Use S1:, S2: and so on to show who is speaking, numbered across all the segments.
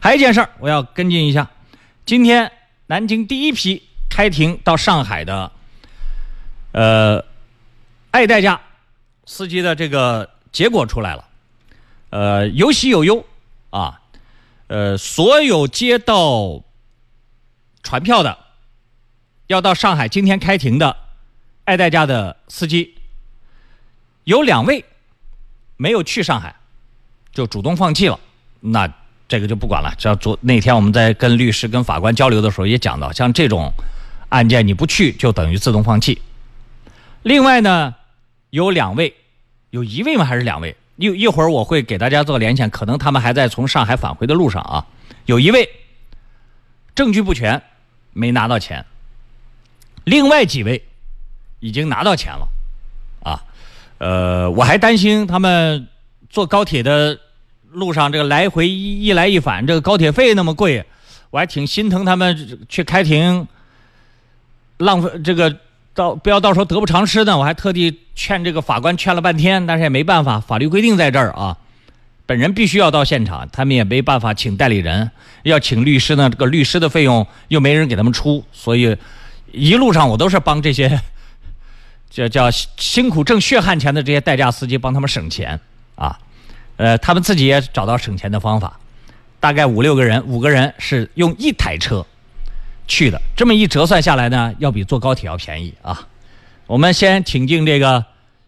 S1: 还有一件事儿，我要跟进一下。今天南京第一批开庭到上海的，呃，爱代驾司机的这个结果出来了，呃，有喜有忧啊，呃，所有接到传票的，要到上海今天开庭的爱代驾的司机，有两位没有去上海，就主动放弃了，那这个就不管了。像昨那天我们在跟律师、跟法官交流的时候也讲到，像这种案件你不去就等于自动放弃。另外呢，有两位，有一位吗？还是两位？一一会儿我会给大家做连线，可能他们还在从上海返回的路上啊。有一位证据不全，没拿到钱；另外几位已经拿到钱了，啊，呃，我还担心他们坐高铁的路上这个来回一一来一返，这个高铁费那么贵，我还挺心疼他们去开庭，浪费这个到不要到时候得不偿失呢。我还特地劝这个法官劝了半天，但是也没办法，法律规定在这儿啊。本人必须要到现场，他们也没办法请代理人，要请律师呢，这个律师的费用又没人给他们出，所以一路上我都是帮这些 叫叫辛苦挣血汗钱的这些代驾司机帮他们省钱啊，呃，他们自己也找到省钱的方法，大概五六个人，五个人是用一台车去的，这么一折算下来呢，要比坐高铁要便宜啊。我们先请进这个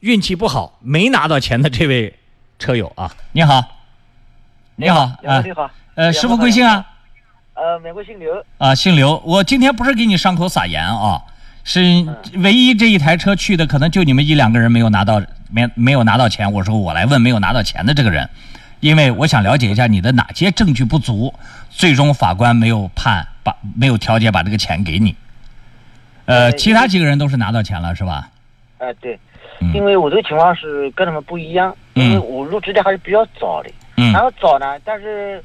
S1: 运气不好没拿到钱的这位车友啊，你好，你好，
S2: 你
S1: 啊
S2: 好，你好，
S1: 呃，师傅贵姓啊？
S2: 呃，美国姓刘，
S1: 啊，姓刘，我今天不是给你伤口撒盐啊，是唯一这一台车去的，可能就你们一两个人没有拿到，没没有拿到钱。我说我来问没有拿到钱的这个人，因为我想了解一下你的哪些证据不足，最终法官没有判把没有调解把这个钱给你。呃，
S2: 呃
S1: 其他几个人都是拿到钱了是吧？
S2: 哎、对
S1: 嗯，
S2: 因为我这个情况是跟他们不一样，
S1: 嗯
S2: 因为我入职的还是比较早的，
S1: 嗯
S2: 然后早呢，但是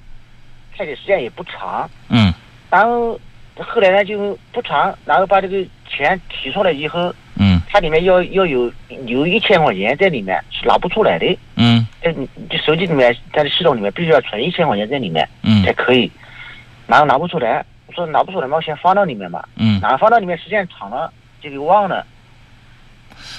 S2: 开始时间也不长，
S1: 嗯
S2: 然后后来呢就不长，然后把这个钱提出来以后，
S1: 嗯
S2: 它里面要要有有一千块钱在里面是拿不出来的，
S1: 嗯
S2: 在你这手机里面，在这系统里面必须要存一千块钱在里面才
S1: 嗯
S2: 可以，然后拿不出来，我说拿不出来嘛，我先放到里面嘛，
S1: 嗯。
S2: 然后放到里面时间长了就给忘了。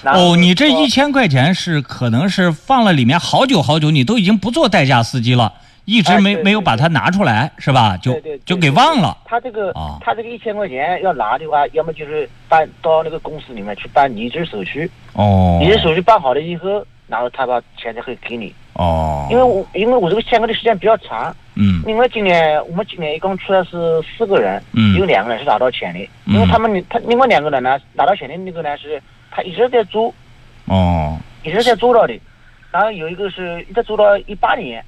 S2: 然后
S1: 哦，你这
S2: 说
S1: 一千块钱是可能是放了里面好久好久，你都已经不做代驾司机了，一直
S2: 哎
S1: 没
S2: 对
S1: 没有
S2: 对
S1: 把它拿出来，是吧？就
S2: 对对对
S1: 就给忘了。
S2: 他这个
S1: 啊
S2: 他这个一千块钱要拿的话，要么就是办到那个公司里面去办离职手续，
S1: 哦
S2: 离职手续办好了以后，然后他把钱才会给你。
S1: 哦，
S2: 因为我因为我这个签约的时间比较长，
S1: 嗯
S2: 另外今年我们今年一共出来是四个人，
S1: 嗯
S2: 有两个人是拿到钱的，
S1: 嗯
S2: 因为他们他另外两个人呢拿到钱的那个呢是他一直在租，
S1: 哦
S2: 一直在租到的，然后有一个是一直租到一八年，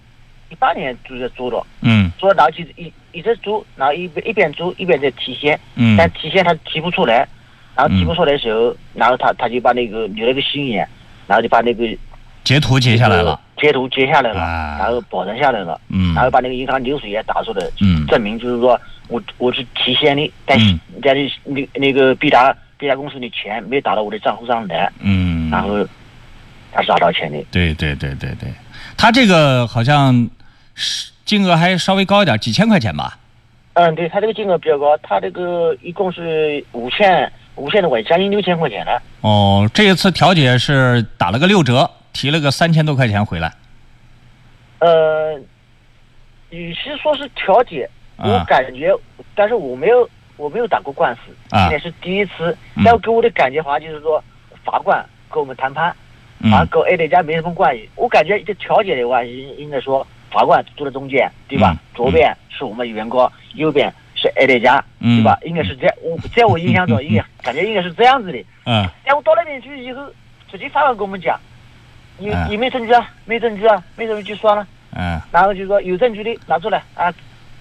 S2: 一八年就在租到，
S1: 嗯
S2: 租到然后就一一直租，然后一边一边租一边在提现。但
S1: 嗯
S2: 提现他提不出来，然后提不出来的时候，然后他他就把那个留了个心眼，然后就把那个
S1: 截图截下来了，，
S2: 截图截下来了，
S1: 啊
S2: 然后保存下来了，
S1: 嗯
S2: 然后把那个银行流水也打出来，
S1: 嗯
S2: 证明就是说我我是提现的，但是
S1: 嗯
S2: 但是那那个必达必达公司的钱没打到我的账户上来，
S1: 嗯，
S2: 然后他是拿到钱的，
S1: 对对对对对，他这个好像是金额还稍微高一点，几千块钱吧？
S2: 嗯，对他这个金额比较高，他这个一共是五千五千的块，将近六千块钱了，
S1: 哦，这一次调解是打了个六折，提了个三千多块钱回来。
S2: 呃，与其说是调解，
S1: 啊
S2: 我感觉，但是我没有我没有打过官司，
S1: 啊
S2: 今天是第一次
S1: 嗯。
S2: 但我给我的感觉好像就是说，法官跟我们谈判，
S1: 嗯
S2: 好像跟 A 对家没什么关系。我感觉这调解的话，应应该说法官坐在中间，对吧？
S1: 嗯
S2: 左边是我们原告，右边是 A 对家，
S1: 嗯
S2: 对吧？应该是这样，我在我印 象中，应该感觉应该是这样子的。
S1: 嗯
S2: 但哎我到那边去以后，直接法官跟我们讲，你
S1: 哎
S2: 你没证据啊，没证据啊，没证据就算了。
S1: 嗯
S2: 然后就说有证据的拿出来啊，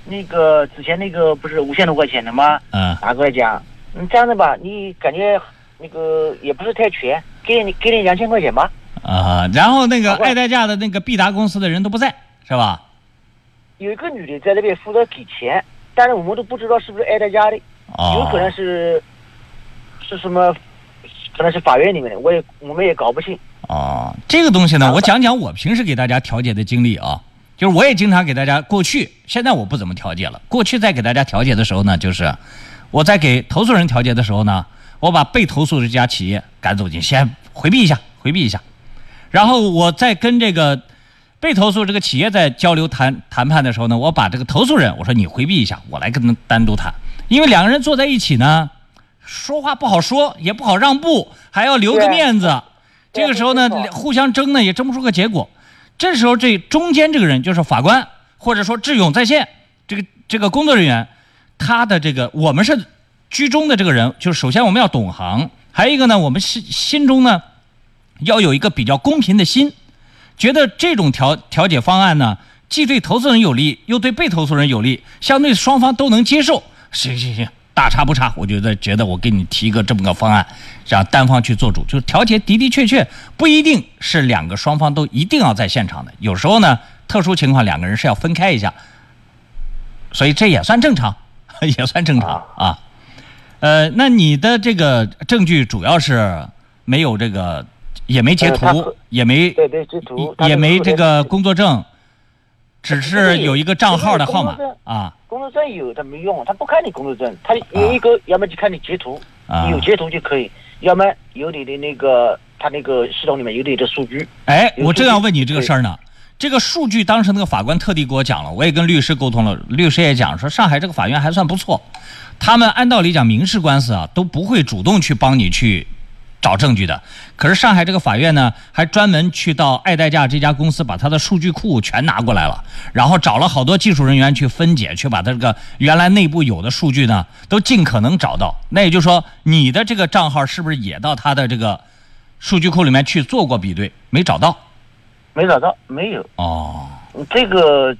S2: 那个之前那个不是五千多块钱的吗？
S1: 嗯
S2: 拿过来讲，你这样子吧，你感觉那个也不是太全，给你给你两千块钱吧。
S1: 啊，然后那个
S2: 好吧
S1: 爱代驾的那个必达公司的人都不在，是吧？
S2: 有一个女的在那边负责给钱，但是我们都不知道是不是挨在家的，有
S1: 哦，
S2: 可能是是什么，可能是法院里面的，我也我们也搞不清。
S1: 哦，这个东西呢，我
S2: 老板
S1: 讲讲我平时给大家调解的经历啊。就是我也经常给大家过去，现在我不怎么调解了。过去在给大家调解的时候呢，就是我在给投诉人调解的时候呢，我把被投诉的这家企业赶走进，先回避一下，回避一下。然后我在跟这个被投诉这个企业在交流谈谈判的时候呢，我把这个投诉人我说你回避一下，我来跟他单独谈，因为两个人坐在一起呢，说话不好说，也不好让步，还要留个
S2: 对
S1: 面子。
S2: 对
S1: 这个时候呢
S2: 没，错
S1: 互相争呢也争不出个结果。这时候这中间这个人就是法官，或者说智勇在线这个这个工作人员，他的这个我们是居中的这个人，就是首先我们要懂行，还有一个呢，我们心心中呢要有一个比较公平的心，觉得这种调调解方案呢，既对投诉人有利，又对被投诉人有利，相对双方都能接受。行行行，大差不差，我觉得觉得我给你提一个这么个方案，让单方去做主，就是调解的的确确不一定是两个双方都一定要在现场的，有时候呢，特殊情况两个人是要分开一下，所以这也算正常， 也算正常啊。呃，那你的这个证据主要是没有这个，也没截
S2: 呃他
S1: 图
S2: 和，
S1: 也没
S2: 对对，这图
S1: 也也没这个工作证，只是有一个账号的号码
S2: 工作证
S1: 啊
S2: 工作证有，他没用，他不看你工作证，他有一个，要么就看你截图，
S1: 啊
S2: 你有！截图就可以，要么有你的那个他那个系统里面有你的数据，
S1: 哎，
S2: 有
S1: 我正
S2: 数据
S1: 要问你这个事儿呢。这个数据当时那个法官特地给我讲了，我也跟律师沟通了，律师也讲说上海这个法院还算不错，他们按道理讲民事官司啊都不会主动去帮你去找证据的，可是上海这个法院呢还专门去到爱代驾这家公司把他的数据库全拿过来了，然后找了好多技术人员去分解，去把他这个原来内部有的数据呢都尽可能找到。那也就是说，你的这个账号是不是也到他的这个数据库里面去做过比对？没找到
S2: 没找到，没有。
S1: 哦。
S2: 这个，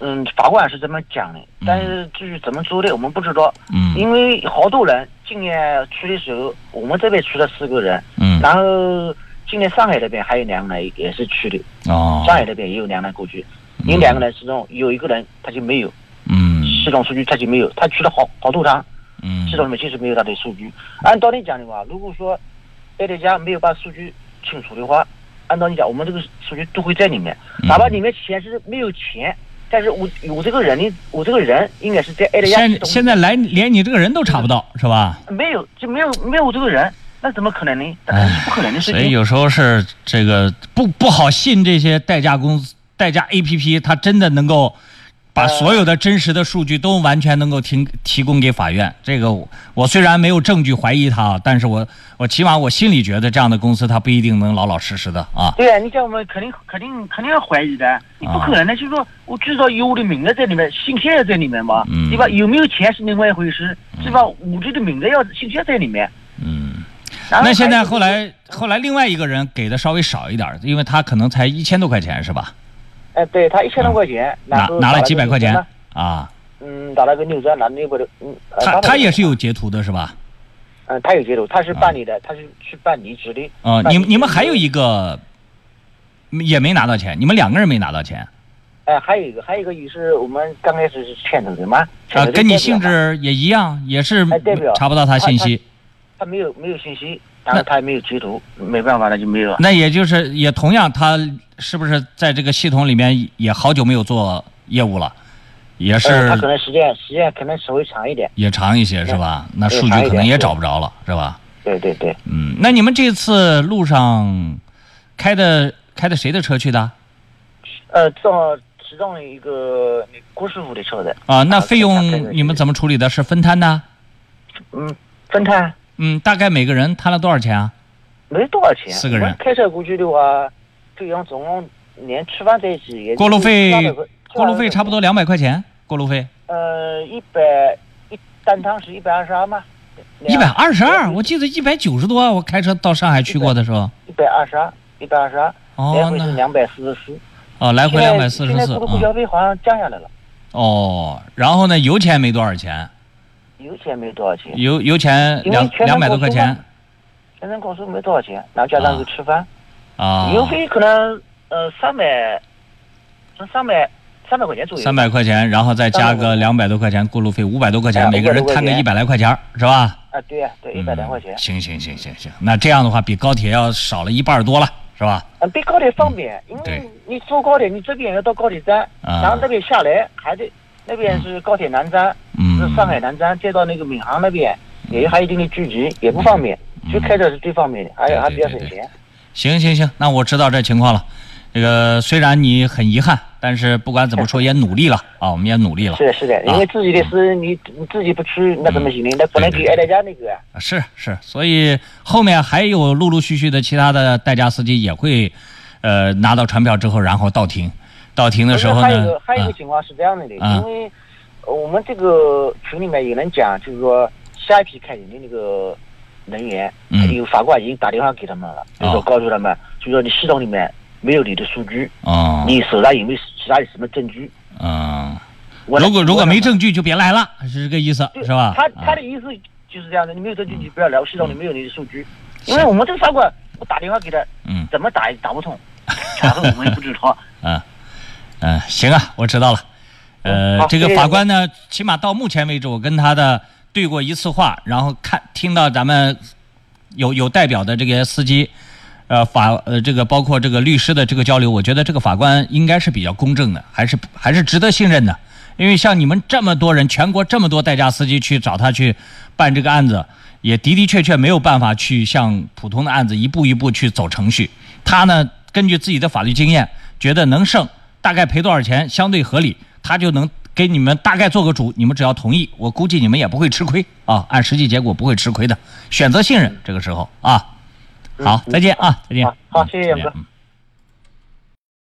S2: 嗯，法官是这么讲的，但是至于怎么做的，我们不知道。
S1: 嗯
S2: 因为好多人今年去的时候，我们这边去了四个人，
S1: 嗯
S2: 然后今年上海那边还有两个人也是去的，
S1: 哦
S2: 上海那边也有两个人过去，有两个人之中有一个人他就没有
S1: 嗯
S2: 系统数据，他就没有，他去了好好多趟，
S1: 嗯
S2: 系统里面就是没有他的数据。按道理讲的话，如果说 A 代家没有把数据清除的话，按道理讲，我们这个数据都会在里面，
S1: 嗯
S2: 哪怕里面显示没有钱，但是我我这个人的我这个人应该是在 A 代家系
S1: 现
S2: 统
S1: 现在来连你这个人都查不到是吧？
S2: 没有就没有没有我这个人，那怎么可能呢？那肯定是不可能的事
S1: 所以
S2: 情。
S1: 有时候是这个不不好信这些代驾公司、代驾 APP，它真的能够
S2: 呃
S1: 把所有的真实的数据都完全能够提提供给法院。这个我我虽然没有证据怀疑它，但是我我起码我心里觉得这样的公司它不一定能老老实实的啊。
S2: 对呀、你像我们肯定肯定肯定要怀疑的，你不可能的，就是
S1: 啊
S2: 说我至少有我的名字在里面，信息也在里面嘛，
S1: 嗯
S2: 对吧？有没有钱是另外一回事，对吧？我这个名字要信息在里面。
S1: 嗯，
S2: 然后
S1: 那现
S2: 还
S1: 在
S2: 有
S1: 后来后来另外一个人给的稍微少一点儿，因为他可能才一千多块钱是吧？
S2: 哎，对他一千多块钱，
S1: 拿
S2: 然后
S1: 嗯拿
S2: 打
S1: 了
S2: 了
S1: 几百
S2: 个
S1: 块
S2: 牛
S1: 钱
S2: 车
S1: 啊，
S2: 嗯，打了个六折，拿那个的，嗯，呃
S1: 他
S2: 800
S1: 他也是有截图的是吧？
S2: 嗯，他有截图，他是办理的，他是去办离职的。
S1: 哦，
S2: 办
S1: 你
S2: 离
S1: 们你们
S2: 职
S1: 还
S2: 的
S1: 有一个也没拿到钱，你们两个人没拿到钱
S2: 哎，还有一个，还有一个也是我们刚开始是牵头的嘛，牵
S1: 啊，
S2: 头的
S1: 跟你
S2: 代表
S1: 性
S2: 嘛，
S1: 质也一样，也是
S2: 哎代表
S1: 查不到他信息。
S2: 他没有没有信息，然后他也没有截图，没办法了就没有了。
S1: 那也就是也同样，他是不是在这个系统里面也好久没有做业务了，也
S2: 呃他可
S1: 是
S2: 能时间时间可能稍微长一点。
S1: 也长一些是吧？那数据
S2: 嗯呃长一
S1: 可能
S2: 点
S1: 也
S2: 对
S1: 找不着了是吧？
S2: 对对对，
S1: 嗯，那你们这次路上开的开的谁的车去的
S2: 呃，照其中的一个那郭师傅的车子，
S1: 啊？那
S2: 啊
S1: 费
S2: 开的
S1: 用
S2: 是
S1: 你们怎么处理的？是分摊的？
S2: 嗯，分摊
S1: 嗯，大概每个人摊了多少钱啊？
S2: 没多少钱。
S1: 四个人
S2: 我们开车过去的话，费用总共连吃饭在一起也就
S1: 过路费
S2: 700块，
S1: 过路费差不多两百块钱，过路费
S2: 呃，一百一单趟是一百二十二吗？
S1: 一百二十二，
S2: 嗯
S1: 我记得一百九十多。啊我开车到上海去过的时候，
S2: 一百二十二，一百二十二，来
S1: 哦，
S2: 回是
S1: 那
S2: 两百四十四，
S1: 哦来回
S2: 现
S1: 两
S2: 在
S1: 百四啊
S2: 现
S1: 十
S2: 在
S1: 四
S2: 过路费消费好像降下来了，
S1: 哦，然后呢，油钱没多少钱，
S2: 油钱没多少钱，
S1: 油油钱两
S2: 因为全
S1: 两
S2: 程
S1: 百多块
S2: 过
S1: 钱
S2: 全程公司没多少钱，然后加上
S1: 啊
S2: 去吃饭，
S1: 啊，
S2: 油费可能呃三百，三百三百块钱左右，
S1: 三百块钱，然后再加个
S2: 300
S1: 两百多块钱过路费，五百多块
S2: 哎
S1: 钱，每个人
S2: 500多
S1: 摊个
S2: 块
S1: 一
S2: 钱
S1: 百来块钱儿是吧？
S2: 啊
S1: 嗯
S2: 啊，对呀、对，一百来块钱
S1: 嗯，行行行行行，那这样的话比高铁要少了一半儿多了，是是吧？
S2: 嗯，对高铁方便，因
S1: 对
S2: 为你坐高铁，你这边要到高铁站，
S1: 啊
S2: 然后那边下来还得那边是高铁南站，
S1: 嗯
S2: 是上海南站，再到那个闵行那边也还有一定的距离，也不方便，就开车是最方便的，还有还比较省
S1: 嗯对
S2: 钱。
S1: 行行行，那我知道这情况了。这个虽然你很遗憾，但是不管怎么说也努力了啊，我们也努力了
S2: 是。的，是的，因为自己
S1: 啊
S2: 的事你你自己不去，那怎
S1: 嗯
S2: 么行呢？那不能给爱大家那个啊。
S1: 是是，所以后面还有陆陆续续的其他的代驾司机也会，呃，拿到传票之后，然后到停，到停的时候
S2: 还有一
S1: 呢
S2: 个，还有一个
S1: 嗯
S2: 情况是这样的，
S1: 嗯
S2: 因为呃我们这个群里面有人讲，就是说下一批开庭的那个人员，
S1: 嗯
S2: 有法官已经打电话给他们了，就
S1: 哦
S2: 说告诉他们，就说你系统里面没有你的数据，
S1: 哦
S2: 你手上有没有其他什么证据？
S1: 嗯，
S2: 我来
S1: 如果如果
S2: 我来
S1: 没证据就别来了，是这个意思
S2: 就是
S1: 吧？嗯
S2: 他
S1: 啊
S2: 他的意思就是这样的，你没有证据你不要来，我系统里没有你的数据，因为我们这个法官，我打电话给他，
S1: 嗯
S2: 怎么打也打不 通，查了我们也不知道。
S1: 嗯嗯，行啊，我知道了。
S2: 嗯
S1: 呃
S2: 好，
S1: 这个
S2: 谢谢
S1: 法
S2: 您
S1: 官呢，起码到目前为止，我跟他的对过一次话，然后看听到咱们有有代表的这个司机，呃，法呃这个包括这个律师的这个交流，我觉得这个法官应该是比较公正的，还是还是值得信任的。因为像你们这么多人，全国这么多代驾司机去找他去办这个案子，也的的确确没有办法去像普通的案子一步一步去走程序。他呢，根据自己的法律经验，觉得能胜，大概赔多少钱相对合理，他就能给你们大概做个主。你们只要同意，我估计你们也不会吃亏啊。按实际结果不会吃亏的，选择信任这个时候啊。好，再见啊，再见
S2: 嗯好。好谢谢杨哥
S1: 嗯。